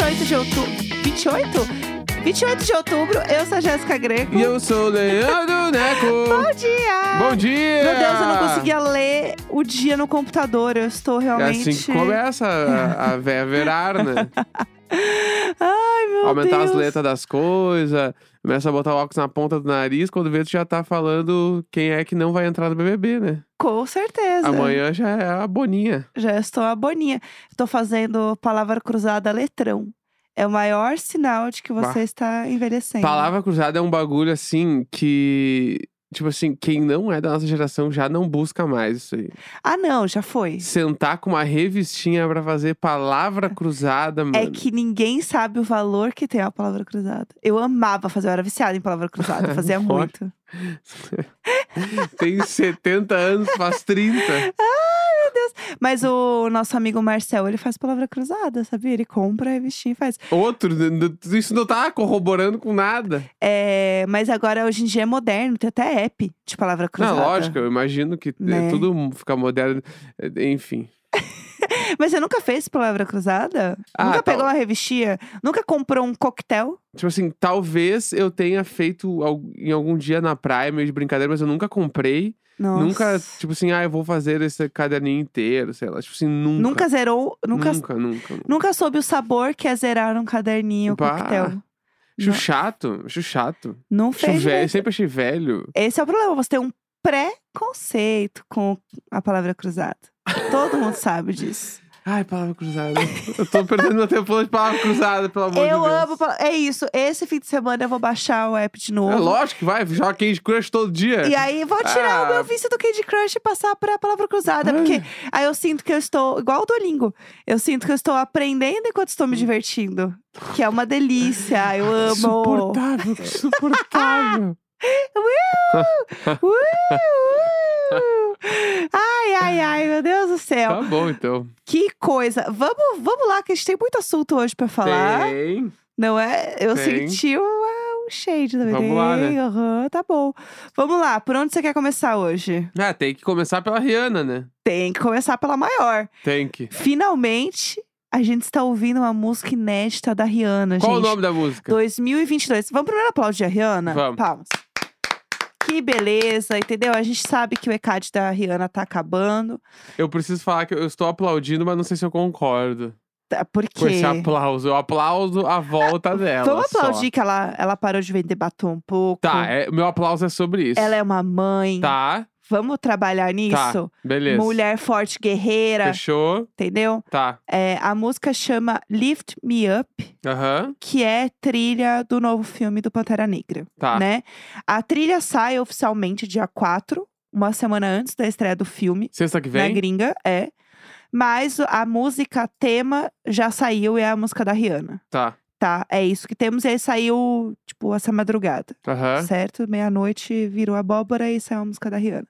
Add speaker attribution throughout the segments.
Speaker 1: um é de outubro. 28? 28 de outubro, eu sou a Jéssica Greco.
Speaker 2: E eu sou o Leandro Neco.
Speaker 1: Bom dia!
Speaker 2: Bom dia!
Speaker 1: Meu Deus, eu não conseguia ler o dia no computador. Eu estou
Speaker 2: É
Speaker 1: realmente.
Speaker 2: assim que começa a, a véia verarna.
Speaker 1: Ai, meu
Speaker 2: Aumentar
Speaker 1: Deus.
Speaker 2: as letras das coisas. Começa a botar o óculos na ponta do nariz. Quando vê, tu já tá falando quem é que não vai entrar no BBB, né?
Speaker 1: Com certeza.
Speaker 2: Amanhã já é a boninha.
Speaker 1: Já estou a boninha. Estou fazendo palavra cruzada letrão. É o maior sinal de que você
Speaker 2: Bah.
Speaker 1: está envelhecendo.
Speaker 2: Palavra cruzada é um bagulho assim que... Tipo assim, quem não é da nossa geração já não busca mais isso aí.
Speaker 1: Ah, não, já foi.
Speaker 2: Sentar com uma revistinha pra fazer palavra cruzada, mano.
Speaker 1: É que ninguém sabe o valor que tem a palavra cruzada. Eu amava fazer, eu era viciada em palavra cruzada, eu fazia
Speaker 2: Olha.
Speaker 1: muito.
Speaker 2: Tem 70 anos, faz 30.
Speaker 1: Mas o nosso amigo Marcel, ele faz palavra cruzada, sabia? Ele compra revistinha e faz.
Speaker 2: Outro, n- n- isso não tá corroborando com nada.
Speaker 1: É, mas agora, hoje em dia, é moderno, tem até app de palavra cruzada.
Speaker 2: Não, lógico, eu imagino que é,
Speaker 1: Né?
Speaker 2: tudo fica moderno. é, Enfim.
Speaker 1: Mas você nunca fez palavra cruzada?
Speaker 2: Ah,
Speaker 1: nunca
Speaker 2: tal-
Speaker 1: pegou uma revistinha? Nunca comprou um coquetel?
Speaker 2: Tipo assim, talvez eu tenha feito al- em algum dia na praia, meio de brincadeira, mas eu nunca comprei.
Speaker 1: Nossa.
Speaker 2: Nunca, tipo assim, ah, eu vou fazer esse caderninho inteiro, sei lá. Tipo assim, nunca.
Speaker 1: Nunca zerou, nunca, nunca,
Speaker 2: nunca. nunca, nunca.
Speaker 1: soube o sabor que é zerar um caderninho, um
Speaker 2: Bah.
Speaker 1: coquetel.
Speaker 2: Acho chato, acho chato.
Speaker 1: Não, não
Speaker 2: Acho
Speaker 1: fez.
Speaker 2: velho,
Speaker 1: né?
Speaker 2: sempre achei velho.
Speaker 1: Esse é o problema, você tem um pré-conceito com a palavra cruzada. Todo mundo sabe disso.
Speaker 2: Ai, palavra cruzada. eu tô perdendo meu tempo falando de palavra cruzada, pelo amor de
Speaker 1: eu
Speaker 2: Deus.
Speaker 1: amo. pala- É isso. Esse fim de semana eu vou baixar o app de novo.
Speaker 2: É lógico que vai, joga Candy Crush todo dia.
Speaker 1: E aí vou tirar o
Speaker 2: Ah.
Speaker 1: meu vício do Candy Crush e passar pra palavra cruzada.
Speaker 2: Ah.
Speaker 1: Porque aí eu sinto que eu estou, igual o Duolingo, eu sinto que eu estou aprendendo enquanto estou me divertindo. Que é uma delícia, eu
Speaker 2: Que
Speaker 1: amo.
Speaker 2: Insuportável, que insuportável.
Speaker 1: Uh, uh. Ai, ai, ai, meu Deus do céu.
Speaker 2: tá bom, então.
Speaker 1: Que coisa. Vamos, vamos lá, que a gente tem muito assunto hoje pra falar.
Speaker 2: Tem.
Speaker 1: Não é? Eu
Speaker 2: Tem.
Speaker 1: senti um, ah, um shade também.
Speaker 2: Vamos lá, né?
Speaker 1: Aham, tá bom. Vamos lá, por onde você quer começar hoje?
Speaker 2: Ah, tem que começar pela Rihanna, né?
Speaker 1: Tem que começar pela maior.
Speaker 2: Tem que.
Speaker 1: Finalmente, a gente está ouvindo uma música inédita da Rihanna,
Speaker 2: Qual
Speaker 1: gente.
Speaker 2: o nome da música?
Speaker 1: 2022. Vamos primeiro aplaudir a Rihanna?
Speaker 2: Vamos.
Speaker 1: Palmas. Que beleza, entendeu? A gente sabe que o ECAD da Rihanna tá acabando.
Speaker 2: Eu preciso falar que eu estou aplaudindo, mas não sei se eu concordo
Speaker 1: tá- Porque...
Speaker 2: com esse aplauso. Eu aplaudo a volta dela.
Speaker 1: Vamos
Speaker 2: só.
Speaker 1: aplaudir que ela, ela parou de vender batom um pouco.
Speaker 2: Tá, é- meu aplauso é sobre isso.
Speaker 1: Ela é uma mãe.
Speaker 2: Tá,
Speaker 1: Vamos trabalhar nisso?
Speaker 2: beleza.
Speaker 1: Mulher forte, guerreira,
Speaker 2: Fechou?
Speaker 1: entendeu?
Speaker 2: Tá.
Speaker 1: É, a música chama Lift Me Up,
Speaker 2: Aham,
Speaker 1: que é trilha do novo filme do Pantera Negra.
Speaker 2: tá.
Speaker 1: né? A trilha sai oficialmente dia 4, uma semana antes da estreia do filme,
Speaker 2: Sexta que
Speaker 1: na
Speaker 2: vem?
Speaker 1: gringa, é. Mas a música tema já saiu e é a música da Rihanna,
Speaker 2: Tá.
Speaker 1: tá? É isso que temos. E aí saiu, tipo, essa madrugada,
Speaker 2: Aham.
Speaker 1: certo? Meia-noite virou abóbora e saiu a música da Rihanna.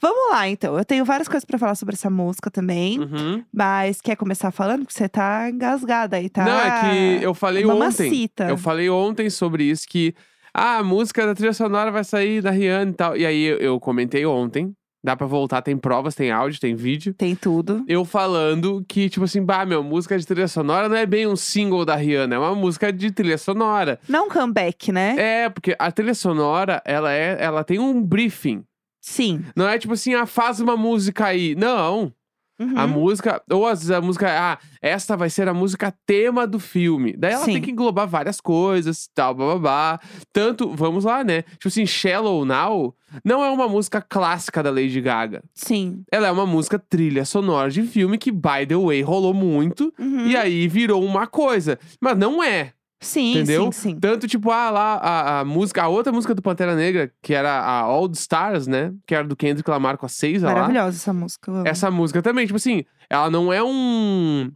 Speaker 1: Vamos lá, então. Eu tenho várias coisas pra falar sobre essa música também.
Speaker 2: Uhum.
Speaker 1: Mas quer começar falando? Porque você tá engasgada aí, tá?
Speaker 2: Não, é que eu falei ontem.
Speaker 1: Mamacita.
Speaker 2: Eu falei ontem sobre isso que ah, a música da trilha sonora vai sair da Rihanna e tal. E aí eu, eu comentei ontem. Dá pra voltar, tem provas, tem áudio, tem vídeo.
Speaker 1: Tem tudo.
Speaker 2: Eu falando que, tipo assim, bah, meu, música de trilha sonora não é bem um single da Rihanna, é uma música de trilha sonora.
Speaker 1: Não comeback, né?
Speaker 2: É, porque a trilha sonora, ela é, ela tem um briefing.
Speaker 1: Sim.
Speaker 2: Não é tipo assim, ah, faz uma música aí. Não.
Speaker 1: Uhum.
Speaker 2: A música, ou às vezes a música, ah, esta vai ser a música tema do filme. Daí ela
Speaker 1: Sim.
Speaker 2: tem que englobar várias coisas, tal, bababá. Tanto, vamos lá, né? Tipo assim, Shallow Now não é uma música clássica da Lady Gaga.
Speaker 1: Sim.
Speaker 2: Ela é uma música trilha sonora de filme que, by the way, rolou muito.
Speaker 1: Uhum.
Speaker 2: E aí virou uma coisa. Mas não é.
Speaker 1: Sim,
Speaker 2: Entendeu?
Speaker 1: sim, sim.
Speaker 2: Tanto, tipo, ah, lá, a, a música, a outra música do Pantera Negra, que era a All the Stars, né? Que era do Kendrick Lamar com a Seiza lá.
Speaker 1: Maravilhosa essa música. eu amo.
Speaker 2: Essa música também, tipo assim, ela não é um,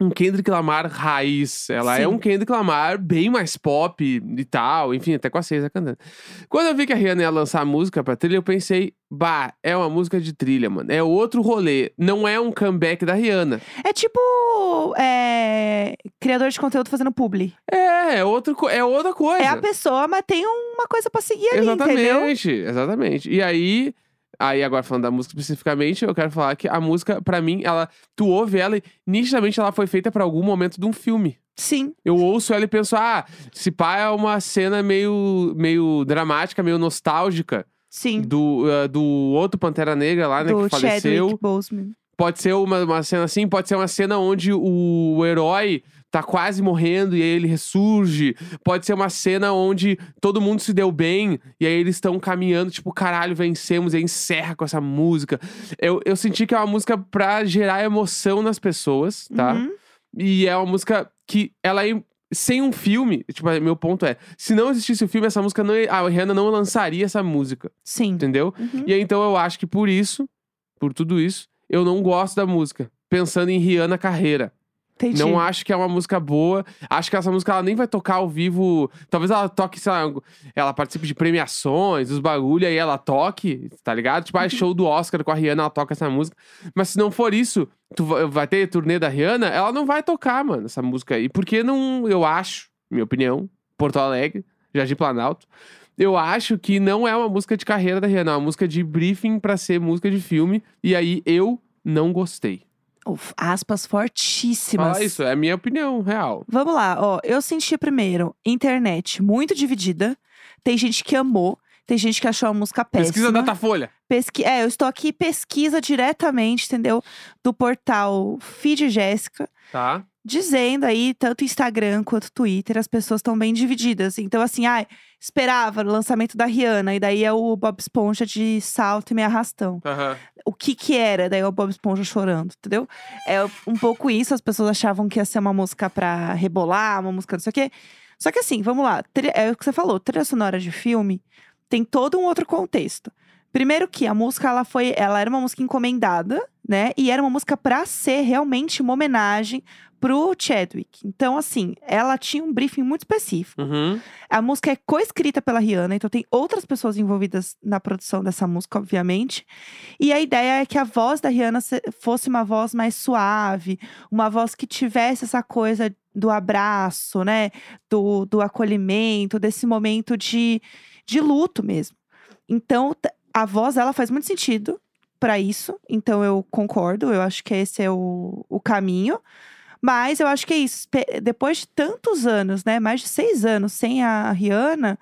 Speaker 2: um Kendrick Lamar raiz. Ela
Speaker 1: Sim.
Speaker 2: é um Kendrick Lamar bem mais pop e tal. Enfim, até com a César cantando. Quando eu vi que a Rihanna ia lançar a música pra trilha, eu pensei, bah, é uma música de trilha, mano. É outro rolê. Não é um comeback da Rihanna.
Speaker 1: É tipo é, criador de conteúdo fazendo publi.
Speaker 2: É, é, outro, co- é outra coisa.
Speaker 1: É a pessoa, mas tem uma coisa pra seguir ali, entendeu?
Speaker 2: Exatamente, exatamente. E aí, Aí, agora falando da música especificamente, eu quero falar que a música, pra mim, ela. Tu ouve ela e nitidamente ela foi feita pra algum momento de um filme.
Speaker 1: Sim,
Speaker 2: Eu ouço ela e penso, ah, se pá é uma cena meio, meio dramática, meio nostálgica
Speaker 1: sim.
Speaker 2: do, ah, do outro Pantera Negra lá, né?
Speaker 1: do
Speaker 2: que faleceu.
Speaker 1: Chadwick Boseman.
Speaker 2: Pode ser uma, uma cena assim, pode ser uma cena onde o herói tá quase morrendo e aí ele ressurge. Pode ser uma cena onde todo mundo se deu bem e aí eles estão caminhando, tipo, caralho, vencemos, e aí encerra com essa música. Eu, eu senti que é uma música pra gerar emoção nas pessoas, tá?
Speaker 1: Uhum.
Speaker 2: E é uma música que ela é. Sem um filme, tipo, meu ponto é, se não existisse o filme, essa música não. ia- A Rihanna não lançaria essa música,
Speaker 1: Sim.
Speaker 2: entendeu?
Speaker 1: Uhum.
Speaker 2: E aí, então eu acho que por isso, por tudo isso, eu não gosto da música. Pensando em Rihanna Carreira.
Speaker 1: Entendi.
Speaker 2: Não acho que é uma música boa. Acho que essa música ela nem vai tocar ao vivo. Talvez ela toque, sei lá, ela participe de premiações, os bagulho, aí ela toque, tá ligado? Tipo, ah, show do Oscar com a Rihanna, ela toca essa música. Mas se não for isso, tu va- vai ter turnê da Rihanna, ela não vai tocar, mano, essa música aí. Porque não, eu acho, minha opinião, Porto Alegre, Jardim Planalto. Eu acho que não é uma música de carreira da Rihanna, é uma música de briefing pra ser música de filme. E aí eu não gostei.
Speaker 1: Uf, aspas fortíssimas.
Speaker 2: Fala isso, é a minha opinião real.
Speaker 1: Vamos lá, ó. Eu senti primeiro, internet muito dividida. Tem gente que amou, tem gente que achou a música péssima.
Speaker 2: Pesquisa Datafolha.
Speaker 1: Pesqui... É, eu estou aqui pesquisa diretamente, entendeu? Do portal Feed Jéssica.
Speaker 2: Tá.
Speaker 1: Dizendo aí, tanto Instagram quanto Twitter, as pessoas estão bem divididas. Então, assim, ai, esperava o lançamento da Rihanna, e daí é o Bob Esponja de salto e me arrastão
Speaker 2: Aham.
Speaker 1: o que que era, daí o Bob Esponja chorando, entendeu? É um pouco isso, as pessoas achavam que ia ser uma música pra rebolar, uma música não sei o quê. Só que assim, vamos lá, tri- é o que você falou, trilha sonora de filme tem todo um outro contexto. Primeiro que a música, ela foi, ela era uma música encomendada, né? E era uma música pra ser realmente uma homenagem pro Chadwick. Então, assim, ela tinha um briefing muito específico.
Speaker 2: Uhum.
Speaker 1: A música é coescrita pela Rihanna, então tem outras pessoas envolvidas na produção dessa música, obviamente. E a ideia é que a voz da Rihanna se- fosse uma voz mais suave, uma voz que tivesse essa coisa do abraço, né? Do, do acolhimento, desse momento de, de luto mesmo. Então, t- a voz ela faz muito sentido pra isso. Então, eu concordo, eu acho que esse é o, o caminho. Mas eu acho que é isso. Espe- Depois de tantos anos, né? Mais de seis anos sem a Rihanna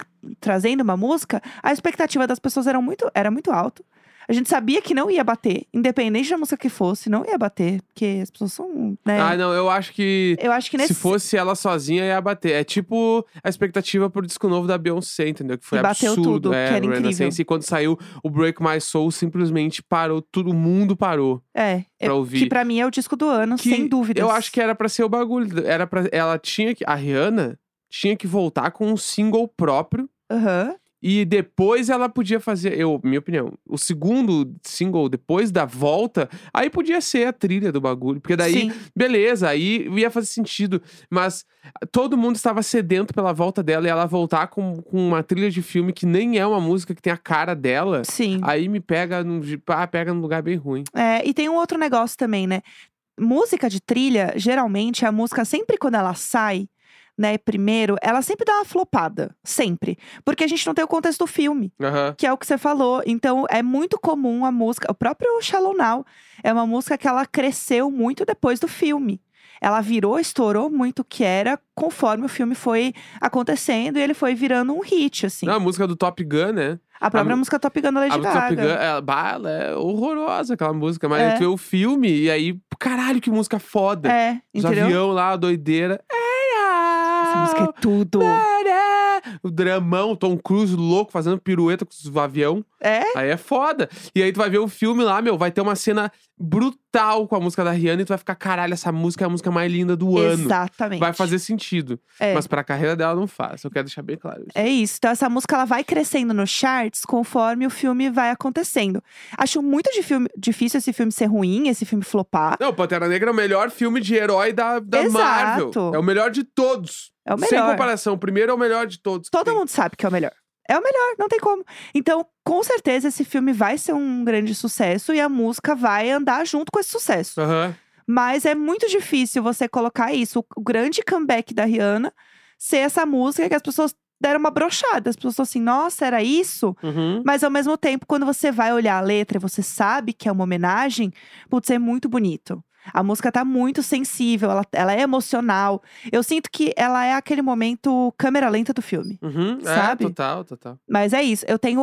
Speaker 1: c- trazendo uma música, a expectativa das pessoas era muito, era muito alta. A gente sabia que não ia bater, independente da música que fosse, não ia bater, porque as pessoas são. Né?
Speaker 2: Ah, não, eu acho que.
Speaker 1: eu acho que
Speaker 2: Se
Speaker 1: nesse.
Speaker 2: fosse ela sozinha, ia bater. É tipo a expectativa pro disco novo da Beyoncé, entendeu? Que foi
Speaker 1: E bateu
Speaker 2: absurdo.
Speaker 1: tudo,
Speaker 2: é,
Speaker 1: que era
Speaker 2: no
Speaker 1: incrível.
Speaker 2: Renaissance. E quando saiu o Break My Soul, simplesmente parou. Todo mundo parou
Speaker 1: é, é,
Speaker 2: pra ouvir.
Speaker 1: que pra mim é o disco do ano,
Speaker 2: Que
Speaker 1: sem dúvidas.
Speaker 2: Eu acho que era pra ser o bagulho. Era pra, ela tinha que. A Rihanna tinha que voltar com um single próprio.
Speaker 1: Aham.
Speaker 2: E depois ela podia fazer, eu, minha opinião, o segundo single depois da volta, aí podia ser a trilha do bagulho. Porque daí
Speaker 1: Sim.
Speaker 2: Beleza, aí ia fazer sentido. Mas todo mundo estava sedento pela volta dela e ela voltar com, com uma trilha de filme que nem é uma música que tem a cara dela.
Speaker 1: Sim.
Speaker 2: Aí me pega num, de- ah, pega num lugar bem ruim.
Speaker 1: É, e tem um outro negócio também, né? Música de trilha, geralmente, a música, sempre quando ela sai, né, primeiro, ela sempre dá uma flopada. Sempre. Porque a gente não tem o contexto do filme.
Speaker 2: Aham.
Speaker 1: Que é o que você falou. Então, é muito comum a música. O próprio Shallow Now é uma música que ela cresceu muito depois do filme. Ela virou, estourou muito o que era conforme o filme foi acontecendo e ele foi virando um hit, assim.
Speaker 2: Não, a música do Top Gun, né?
Speaker 1: a própria
Speaker 2: mu-
Speaker 1: música Top Gun da Lady
Speaker 2: a música do Top
Speaker 1: Gaga.
Speaker 2: Gun, ela, bah, ela é horrorosa aquela música. Mas
Speaker 1: É.
Speaker 2: aí tu vê o filme e aí, caralho, que música foda.
Speaker 1: É,
Speaker 2: Os
Speaker 1: entendeu?
Speaker 2: avião lá, a doideira.
Speaker 1: Essa música é tudo.
Speaker 2: O dramão, Tom Cruise louco fazendo pirueta com os avião.
Speaker 1: É,
Speaker 2: Aí é foda. E aí tu vai ver o filme lá, meu, vai ter uma cena brutal com a música da Rihanna e tu vai ficar, caralho, essa música é a música mais linda do ano.
Speaker 1: Exatamente.
Speaker 2: Vai fazer sentido.
Speaker 1: É.
Speaker 2: Mas pra carreira dela não faz. Eu quero deixar bem claro isso.
Speaker 1: É isso. Então essa música ela vai crescendo nos charts conforme o filme vai acontecendo. Acho muito de filme- difícil esse filme ser ruim, esse filme flopar.
Speaker 2: Não, Pantera Negra é o melhor filme de herói da, da
Speaker 1: Exato.
Speaker 2: Marvel. É o melhor de todos.
Speaker 1: É o
Speaker 2: Sem
Speaker 1: melhor.
Speaker 2: comparação. O primeiro é o melhor de todos. que
Speaker 1: Todo
Speaker 2: tem.
Speaker 1: mundo sabe que é o melhor. É o melhor, não tem como. Então, com certeza, esse filme vai ser um grande sucesso e a música vai andar junto com esse sucesso.
Speaker 2: Aham.
Speaker 1: Mas é muito difícil você colocar isso, o grande comeback da Rihanna, ser essa música que as pessoas deram uma brochada. As pessoas estão assim, nossa, era isso?
Speaker 2: Uhum.
Speaker 1: Mas ao mesmo tempo, quando você vai olhar a letra e você sabe que é uma homenagem, putz, é muito bonito. A música tá muito sensível, ela, ela é emocional. Eu sinto que ela é aquele momento câmera lenta do filme.
Speaker 2: Uhum.
Speaker 1: Sabe?
Speaker 2: É, total, total.
Speaker 1: Mas é isso, eu tenho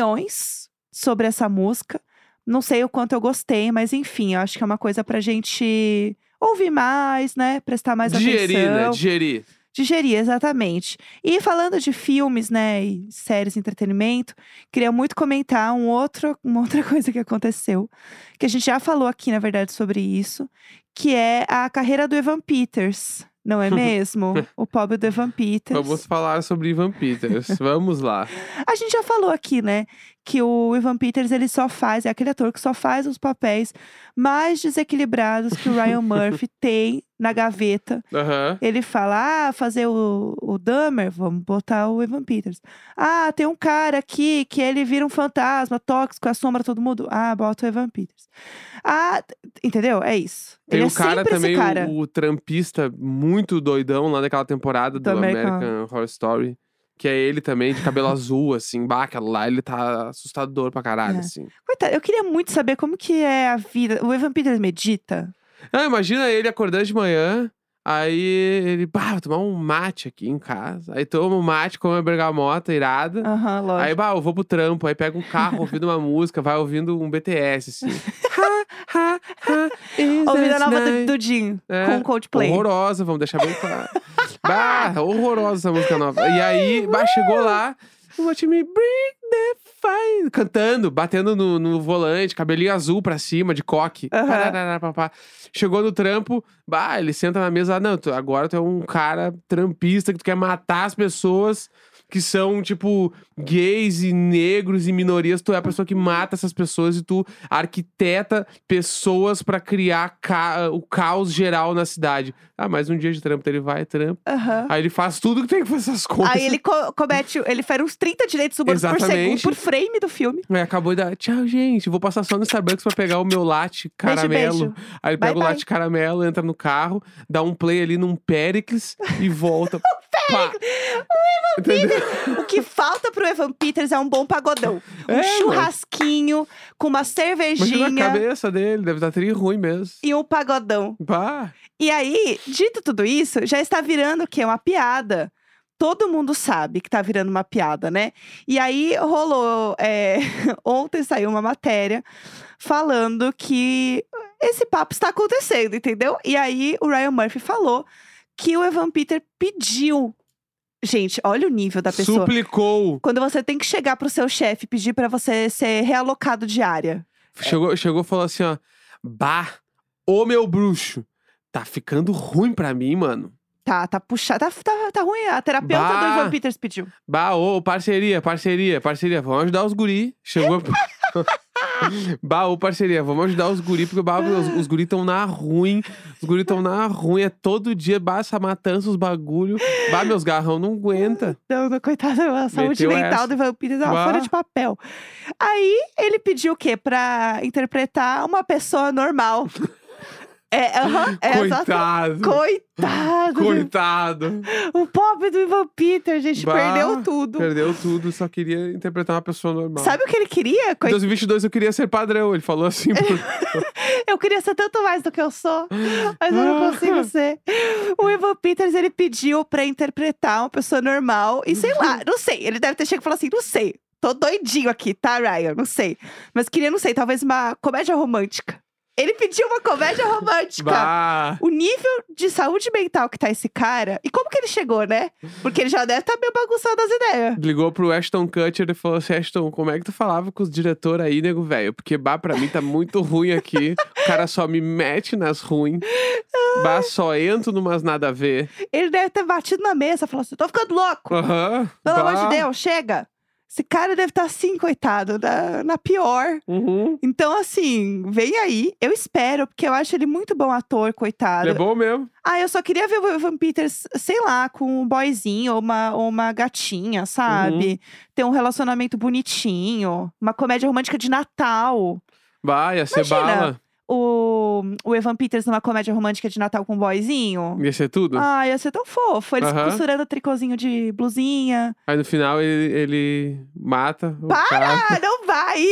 Speaker 1: opiniões sobre essa música. Não sei o quanto eu gostei, mas enfim, eu acho que é uma coisa pra gente ouvir mais, né? Prestar mais
Speaker 2: digerir,
Speaker 1: atenção.
Speaker 2: né? Digerir.
Speaker 1: Digerir, exatamente. E falando de filmes, né, e séries, entretenimento, queria muito comentar um outro, uma outra coisa que aconteceu, que a gente já falou aqui, na verdade, sobre isso, que é a carreira do Evan Peters, não é mesmo? o pobre do Evan Peters.
Speaker 2: Vamos falar sobre Ivan Peters. Vamos lá.
Speaker 1: A gente já falou aqui, né, que o Evan Peters, ele só faz, é aquele ator que só faz os papéis mais desequilibrados que o Ryan Murphy tem na gaveta
Speaker 2: Aham.
Speaker 1: Ele fala, ah, fazer o, o Dahmer, vamos botar o Evan Peters. Ah, tem um cara aqui que ele vira um fantasma tóxico, assombra todo mundo. Ah, bota o Evan Peters. Ah, t- entendeu? É isso.
Speaker 2: Tem
Speaker 1: ele
Speaker 2: o cara
Speaker 1: é sempre
Speaker 2: também,
Speaker 1: esse
Speaker 2: o-
Speaker 1: cara.
Speaker 2: O, trampista muito doidão lá daquela temporada do,
Speaker 1: Do
Speaker 2: American...
Speaker 1: American-
Speaker 2: Horror Story. Que é ele também, de cabelo azul, assim, bah, aquela lá, ele tá assustador pra caralho,
Speaker 1: É.
Speaker 2: assim.
Speaker 1: Coitado, eu queria muito saber como que é a vida. O Evan Peters medita?
Speaker 2: Ah, imagina ele acordando de manhã, aí ele, bah, vou tomar um mate aqui em casa. Aí toma um mate, come uma bergamota irada.
Speaker 1: Aham, Ah, lógico.
Speaker 2: Aí, bah, eu vou pro trampo, aí pega um carro ouvindo uma música, vai ouvindo um BTS, assim. ha, ha, ha, is
Speaker 1: Ouvindo a
Speaker 2: this
Speaker 1: nova do,
Speaker 2: night?
Speaker 1: do Jim,
Speaker 2: É,
Speaker 1: com Coldplay.
Speaker 2: Horrorosa, vamos deixar bem claro. bah, horrorosa essa música nova. E aí, bah, chegou lá, o time Bring the Fire, cantando, batendo no, no volante, cabelinho azul pra cima, de coque.
Speaker 1: Aham.
Speaker 2: Pararará, papá. Chegou no trampo, bah, ele senta na mesa, ah, não, tu- agora tu é um cara trampista que tu quer matar as pessoas. Que são, tipo, gays e negros e minorias. Tu é a pessoa que mata essas pessoas e tu arquiteta pessoas pra criar ca- o caos geral na cidade. Ah, mais um dia de trampo, então ele vai, trampo.
Speaker 1: Aham.
Speaker 2: Aí ele faz tudo que tem que fazer essas coisas.
Speaker 1: Aí ele co- comete, ele faz uns 30 direitos humanos por segundo,
Speaker 2: Exatamente.
Speaker 1: por frame do filme.
Speaker 2: Aí acabou de dar. Tchau, gente. Vou passar só no Starbucks pra pegar o meu latte caramelo.
Speaker 1: Beijo, beijo.
Speaker 2: Aí ele
Speaker 1: Bye,
Speaker 2: pega o
Speaker 1: bye.
Speaker 2: latte caramelo, entra no carro, dá um play ali num Pericles e volta.
Speaker 1: Um
Speaker 2: Pá. Entendeu?
Speaker 1: O que falta pro Evan Peters é um bom pagodão. Um
Speaker 2: É,
Speaker 1: churrasquinho com uma
Speaker 2: Imagina a
Speaker 1: cervejinha
Speaker 2: cabeça dele, deve estar tri ruim mesmo.
Speaker 1: e um pagodão.
Speaker 2: Pá.
Speaker 1: E aí, dito tudo isso, já está virando o quê? Uma piada. Todo mundo sabe que tá virando uma piada, né? E aí rolou. é, Ontem saiu uma matéria falando que esse papo está acontecendo, entendeu? E aí o Ryan Murphy falou que o Evan Peter pediu. Gente, olha o nível da pessoa.
Speaker 2: Suplicou.
Speaker 1: Quando você tem que chegar pro seu chefe e pedir pra você ser realocado de área.
Speaker 2: Chegou, chegou e falou assim, ó. Bah, ô meu bruxo, tá ficando ruim pra mim, mano.
Speaker 1: Tá, tá puxado. Tá, tá, tá ruim. A terapeuta do
Speaker 2: Bah!
Speaker 1: Ivan Peters pediu.
Speaker 2: Bah, ô, parceria, parceria, parceria, vamos ajudar os guri. Chegou. bah, ô, parceria, vamos ajudar os guri, porque bah, os, os guri estão na ruim. Os guri estão na ruim, é todo dia, bah, essa matança, os bagulho. Bah, meus garrão não aguenta.
Speaker 1: Não, não, coitada, Então, a saúde
Speaker 2: Meteu
Speaker 1: mental
Speaker 2: essa.
Speaker 1: do Ivan Peters é uma
Speaker 2: Bah!
Speaker 1: folha de papel. Aí ele pediu o quê? Pra interpretar uma pessoa normal. É, aham, é exato. assim?
Speaker 2: Coitado.
Speaker 1: Coitado.
Speaker 2: Coitado.
Speaker 1: O pobre do Ivan Peters, gente,
Speaker 2: Bah,
Speaker 1: perdeu tudo.
Speaker 2: Perdeu tudo, só queria interpretar uma pessoa normal.
Speaker 1: Sabe o que ele queria?
Speaker 2: Em
Speaker 1: Coi-
Speaker 2: 2022 eu queria ser padrão, ele falou assim. pro-
Speaker 1: Eu queria ser tanto mais do que eu sou, mas eu não consigo ser. O Ivan Peters, ele pediu pra interpretar uma pessoa normal. E sei lá, não sei. Ele deve ter chegado e falado assim, não sei. Tô doidinho aqui, tá, Ryan? Não sei. Mas queria, não sei, talvez uma comédia romântica. Ele pediu uma comédia romântica.
Speaker 2: Bah.
Speaker 1: O nível de saúde mental que tá esse cara. E como que ele chegou, né? Porque ele já deve estar meio bagunçado as ideias.
Speaker 2: Ligou pro Ashton Kutcher e falou assim: Ashton, como é que tu falava com os diretores aí, nego velho? Porque, bah, pra mim tá muito ruim aqui. O cara só me mete nas ruins. Bah, só entro numas nada a ver.
Speaker 1: Ele deve ter batido na mesa e falou assim: tô ficando louco.
Speaker 2: Aham.
Speaker 1: Pelo amor
Speaker 2: bah.
Speaker 1: de Deus, chega! Esse cara deve estar assim, coitado, na, na pior.
Speaker 2: Uhum.
Speaker 1: Então, assim, vem aí. Eu espero, porque eu acho ele muito bom ator, coitado.
Speaker 2: Ele é bom mesmo.
Speaker 1: Ah, eu só queria ver o Evan Peters, sei lá, com um boyzinho ou uma, ou uma gatinha, sabe?
Speaker 2: Uhum.
Speaker 1: Ter um relacionamento bonitinho. Uma comédia romântica de Natal.
Speaker 2: Bah, ia ser
Speaker 1: Imagina.
Speaker 2: bala.
Speaker 1: o, o Evan Peters numa comédia romântica de Natal com um boyzinho.
Speaker 2: Ia ser tudo.
Speaker 1: Ah, ia ser tão fofo. Eles
Speaker 2: Aham.
Speaker 1: costurando tricozinho de blusinha.
Speaker 2: Aí no final ele, ele mata o
Speaker 1: Para!
Speaker 2: cara.
Speaker 1: Ah, não vai!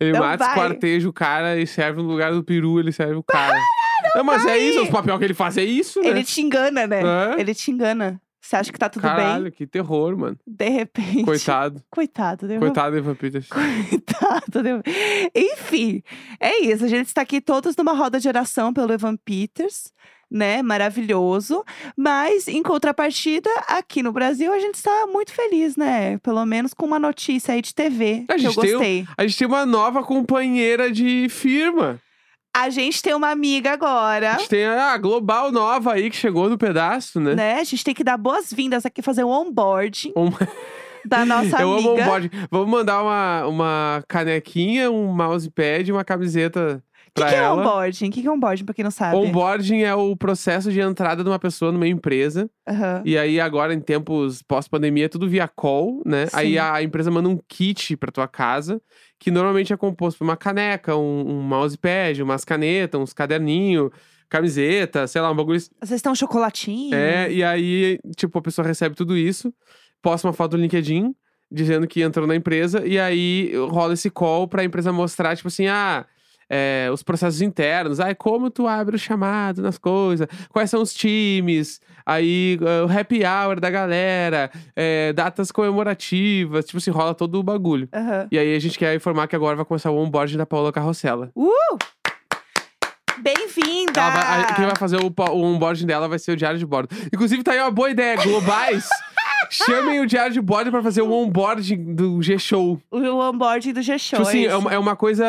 Speaker 2: Ele
Speaker 1: Não
Speaker 2: mata,
Speaker 1: vai.
Speaker 2: esquarteja o cara e serve no lugar do peru, ele serve o cara. não, mas é
Speaker 1: vai.
Speaker 2: isso, os papel que ele faz é isso, né?
Speaker 1: Ele te engana, né?
Speaker 2: É.
Speaker 1: Ele te engana. Você acha que tá tudo
Speaker 2: Caralho,
Speaker 1: bem?
Speaker 2: que terror, mano.
Speaker 1: De repente.
Speaker 2: Coitado.
Speaker 1: Coitado, deu
Speaker 2: Coitado do Evan Peters.
Speaker 1: Coitado. Deu... Enfim, é isso. A gente está aqui todos numa roda de oração pelo Evan Peters, né? Maravilhoso. Mas, em contrapartida, aqui no Brasil, a gente está muito feliz, né? Pelo menos com uma notícia aí de TV
Speaker 2: A
Speaker 1: que eu
Speaker 2: gente tem um-
Speaker 1: gostei.
Speaker 2: A gente tem uma nova companheira de firma.
Speaker 1: A gente tem uma amiga
Speaker 2: A
Speaker 1: agora.
Speaker 2: gente tem a Global nova aí que chegou no pedaço, né?
Speaker 1: Né? A gente tem que dar boas-vindas aqui, fazer o onboarding
Speaker 2: Um-
Speaker 1: da nossa
Speaker 2: Eu amo
Speaker 1: amiga.
Speaker 2: onboarding. Vamos mandar uma, uma canequinha, um mousepad e uma camiseta
Speaker 1: O
Speaker 2: pra
Speaker 1: que, que é
Speaker 2: ela.
Speaker 1: onboarding? O que, que é onboarding, pra quem não sabe?
Speaker 2: Onboarding é o processo de entrada de uma pessoa numa empresa.
Speaker 1: Aham.
Speaker 2: E aí, agora, em tempos pós-pandemia, é tudo via call, né?
Speaker 1: Sim.
Speaker 2: Aí a empresa manda um kit pra tua casa, que normalmente é composto por uma caneca, um, um mousepad, umas canetas, uns caderninhos, camiseta, sei lá, um bagulho. assim.
Speaker 1: Vocês estão chocolatinho?
Speaker 2: É, e aí, tipo, a pessoa recebe tudo isso, posta uma foto no LinkedIn, dizendo que entrou na empresa, e aí rola esse call pra empresa mostrar, tipo assim, ah. é, os processos internos, ai, como tu abre o chamado nas coisas, quais são os times, aí ah, o happy hour da galera, é, datas comemorativas, tipo, se rola todo o bagulho.
Speaker 1: Aham.
Speaker 2: E aí a gente quer informar que agora vai começar o onboarding da Paula Carrossela.
Speaker 1: Uh! Bem-vinda!
Speaker 2: Ela Ah, vai- a- quem vai fazer o, po- o onboarding dela vai ser o diário de bordo. Inclusive, tá aí uma boa ideia. Globais, chamem o diário de bordo pra fazer o onboarding do G-Show.
Speaker 1: O onboarding do G-Show.
Speaker 2: Tipo assim,
Speaker 1: é
Speaker 2: é
Speaker 1: isso?
Speaker 2: uma, é uma coisa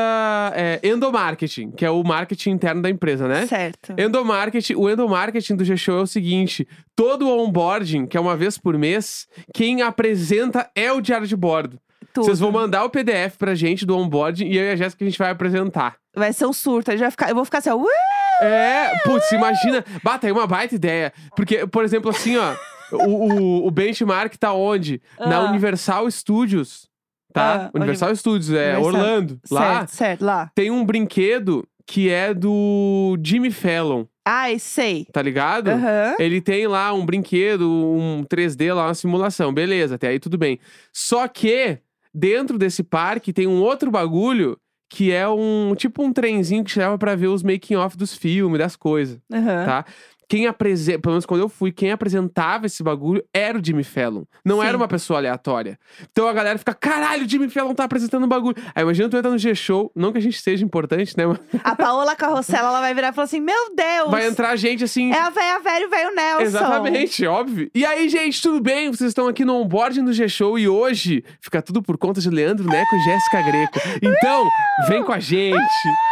Speaker 2: é, endomarketing, que é o marketing interno da empresa, né?
Speaker 1: Certo.
Speaker 2: Endomarketing, o endomarketing do G-Show é o seguinte: todo o onboarding, que é uma vez por mês, quem apresenta é o diário de bordo.
Speaker 1: Tudo.
Speaker 2: Vocês vão mandar o PDF pra gente do onboarding e eu e a Jéssica a gente vai apresentar.
Speaker 1: Vai ser um surto. a gente vai ficar- Eu vou ficar assim, ó. "Uh!"
Speaker 2: É, putz, imagina. Bata, é uma baita ideia. Porque, por exemplo, assim, ó, o, o, o benchmark tá onde? Na
Speaker 1: Ah.
Speaker 2: Universal Studios. Tá?
Speaker 1: Ah,
Speaker 2: Universal Studios, é
Speaker 1: Universal.
Speaker 2: Orlando. Lá
Speaker 1: Certo, certo, lá.
Speaker 2: tem um brinquedo que é do Jimmy Fallon,
Speaker 1: Ai, sei.
Speaker 2: tá ligado?
Speaker 1: Aham.
Speaker 2: Ele tem lá um brinquedo, um 3D lá, uma simulação. Beleza, até aí tudo bem. Só que dentro desse parque tem um outro bagulho que é um tipo um trenzinho que te leva pra ver os making off dos filmes, das coisas,
Speaker 1: Aham.
Speaker 2: tá? Quem apresenta, pelo menos quando eu fui, quem apresentava esse bagulho era o Jimmy Fallon. Não
Speaker 1: Sim.
Speaker 2: era uma pessoa aleatória. Então a galera fica, caralho, o Jimmy Fallon tá apresentando um bagulho. Aí imagina tu entra no G-Show, não que a gente seja importante, né? Mas
Speaker 1: A Paola Carrossela, ela vai virar e falar assim: Meu Deus!
Speaker 2: vai entrar gente assim,
Speaker 1: É a velha, velho, velho Nelson.
Speaker 2: Exatamente, óbvio. E aí, gente, tudo bem? Vocês estão aqui no onboarding do G-Show e hoje fica tudo por conta de Leandro Neco e Jéssica Greco. Então, vem com a gente.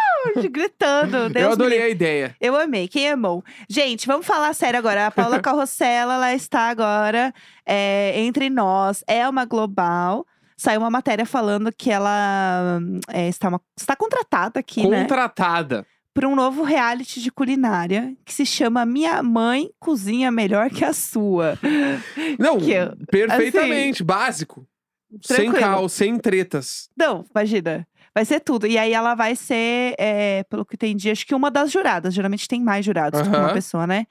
Speaker 1: Gritando. Ah, Deus
Speaker 2: Eu
Speaker 1: me
Speaker 2: adorei
Speaker 1: livre.
Speaker 2: a ideia.
Speaker 1: Eu amei, quem amou? Gente, vamos falar sério agora. A Paula Carrossela, ela está agora é, entre nós, é uma global. Saiu uma matéria falando que ela hum, é, está, uma- está contratada aqui, né?
Speaker 2: Contratada.
Speaker 1: Para um novo reality de culinária que se chama Minha Mãe Cozinha Melhor Que a Sua.
Speaker 2: Não,
Speaker 1: Que eu- assim,
Speaker 2: perfeitamente, básico. Sem
Speaker 1: Tranquilo.
Speaker 2: caos, sem tretas.
Speaker 1: Não, imagina. Vai ser tudo. E aí ela vai ser, é, pelo que entendi, acho que uma das juradas. Geralmente tem mais jurados do que uma
Speaker 2: Aham.
Speaker 1: pessoa, né?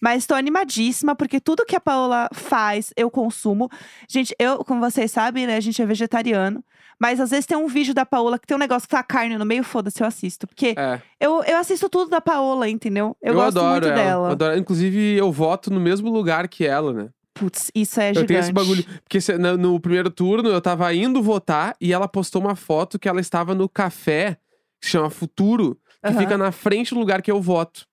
Speaker 1: Mas tô animadíssima, porque tudo que a Paola faz, eu consumo. Gente, eu, como vocês sabem, né? A gente é vegetariano. Mas às vezes tem um vídeo da Paola que tem um negócio que tá carne no meio, foda-se, eu assisto. Porque
Speaker 2: É,
Speaker 1: eu, eu assisto tudo da Paola, entendeu? Eu, gosto
Speaker 2: adoro
Speaker 1: muito
Speaker 2: ela.
Speaker 1: dela.
Speaker 2: eu adoro- Inclusive, eu voto no mesmo lugar que ela, né?
Speaker 1: Putz, isso é
Speaker 2: Eu
Speaker 1: gigante.
Speaker 2: tenho esse bagulho. Porque se- na- no primeiro turno eu tava indo votar e ela postou uma foto que ela estava no café, que se chama Futuro, que
Speaker 1: Aham.
Speaker 2: fica na frente do lugar que eu voto.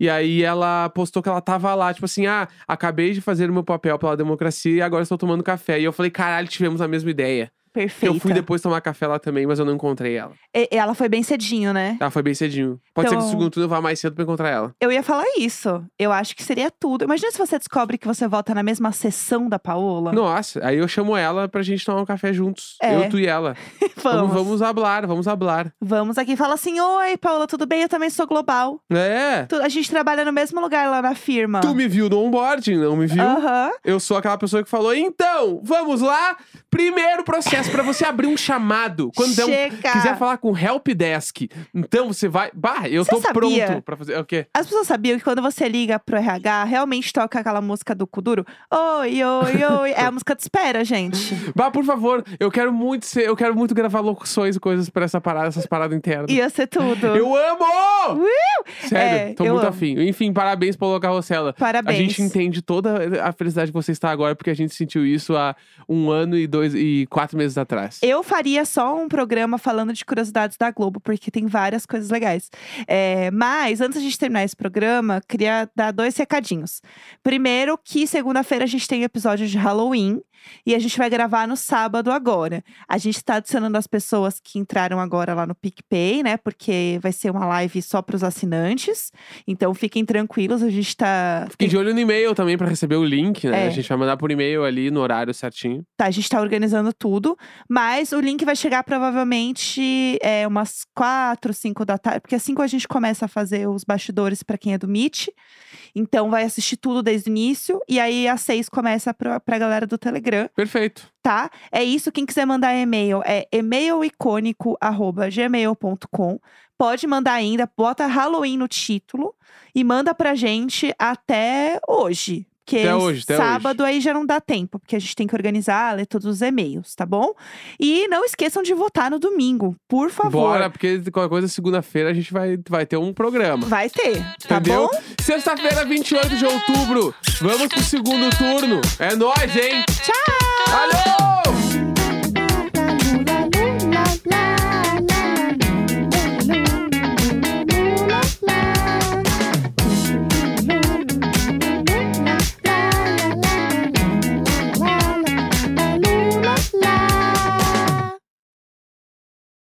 Speaker 2: E aí ela postou que ela tava lá, tipo assim, ah, acabei de fazer o meu papel pela democracia e agora estou tomando café. E eu falei, caralho, tivemos a mesma ideia.
Speaker 1: Perfeita.
Speaker 2: Eu fui depois tomar café lá também, mas eu não encontrei ela.
Speaker 1: E- ela foi bem cedinho, né?
Speaker 2: Ela foi bem cedinho. Pode ser que
Speaker 1: Então-
Speaker 2: no segundo turno eu vá mais cedo pra encontrar ela.
Speaker 1: Eu ia falar isso. Eu acho que seria tudo. Imagina se você descobre que você vota na mesma sessão da Paola.
Speaker 2: Nossa, aí eu chamo ela pra gente tomar um café juntos.
Speaker 1: É.
Speaker 2: Eu, tu e ela.
Speaker 1: vamos,
Speaker 2: vamos hablar, vamos hablar.
Speaker 1: Vamos aqui e fala assim: Oi, Paola, tudo bem? Eu também sou global.
Speaker 2: É.
Speaker 1: Tu- A gente trabalha no mesmo lugar lá na firma.
Speaker 2: Tu me viu no onboarding, não me viu?
Speaker 1: Aham.
Speaker 2: Eu sou aquela pessoa que falou, então, Então, vamos lá. Primeiro processo pra você abrir um chamado. Quando der um-
Speaker 1: Chega.
Speaker 2: quiser falar com help desk, então você vai. Bah, eu
Speaker 1: Você
Speaker 2: tô
Speaker 1: sabia?
Speaker 2: pronto pra fazer. é O quê?
Speaker 1: As pessoas sabiam que quando você liga pro RH, realmente toca aquela música do Kuduro? Oi, oi, oi. É a música de espera, gente.
Speaker 2: Bah, por favor, eu quero muito ser, eu quero muito gravar locuções e coisas pra essa parada, essas paradas internas.
Speaker 1: Ia ser tudo.
Speaker 2: Eu amo! Sério,
Speaker 1: É,
Speaker 2: tô
Speaker 1: eu
Speaker 2: muito
Speaker 1: amo.
Speaker 2: afim. Enfim, parabéns pela carrossela.
Speaker 1: Parabéns.
Speaker 2: A gente entende toda a felicidade que você está agora, porque a gente sentiu isso há um ano e dois e quatro meses atrás.
Speaker 1: Eu faria só um programa falando de curiosidades da Globo, porque tem várias coisas legais. É, mas, antes de terminar esse programa, queria dar dois recadinhos. Primeiro, que segunda-feira a gente tem episódio de Halloween e a gente vai gravar no sábado agora. A gente tá adicionando as pessoas que entraram agora lá no PicPay, né? Porque vai ser uma live só para os assinantes. Então, fiquem tranquilos, a gente tá.
Speaker 2: Fiquei de olho no e-mail também pra receber o link, né?
Speaker 1: É.
Speaker 2: A gente vai mandar por e-mail ali no horário certinho.
Speaker 1: Tá, a gente tá organizando tudo, mas o link vai chegar provavelmente é, umas quatro, cinco da tarde, porque às 5 a gente começa a fazer os bastidores pra quem é do Meet. Então vai assistir tudo desde o início e aí às seis começa pra, pra galera do Telegram,
Speaker 2: Perfeito.
Speaker 1: tá? É isso, quem quiser mandar e-mail é e-mailicônico@gmail.com. Pode mandar ainda, bota Halloween no título e manda pra gente até hoje. Porque
Speaker 2: Até hoje, até hoje.
Speaker 1: sábado aí já não dá tempo, porque a gente tem que organizar, ler todos os e-mails, tá bom? E não esqueçam de votar no domingo, por favor.
Speaker 2: Bora, porque qualquer coisa, segunda-feira a gente vai, vai ter um programa.
Speaker 1: Vai ter, tá
Speaker 2: entendeu?
Speaker 1: bom?
Speaker 2: Sexta-feira, 28 de outubro. Vamos pro segundo turno. É nóis, hein?
Speaker 1: Tchau!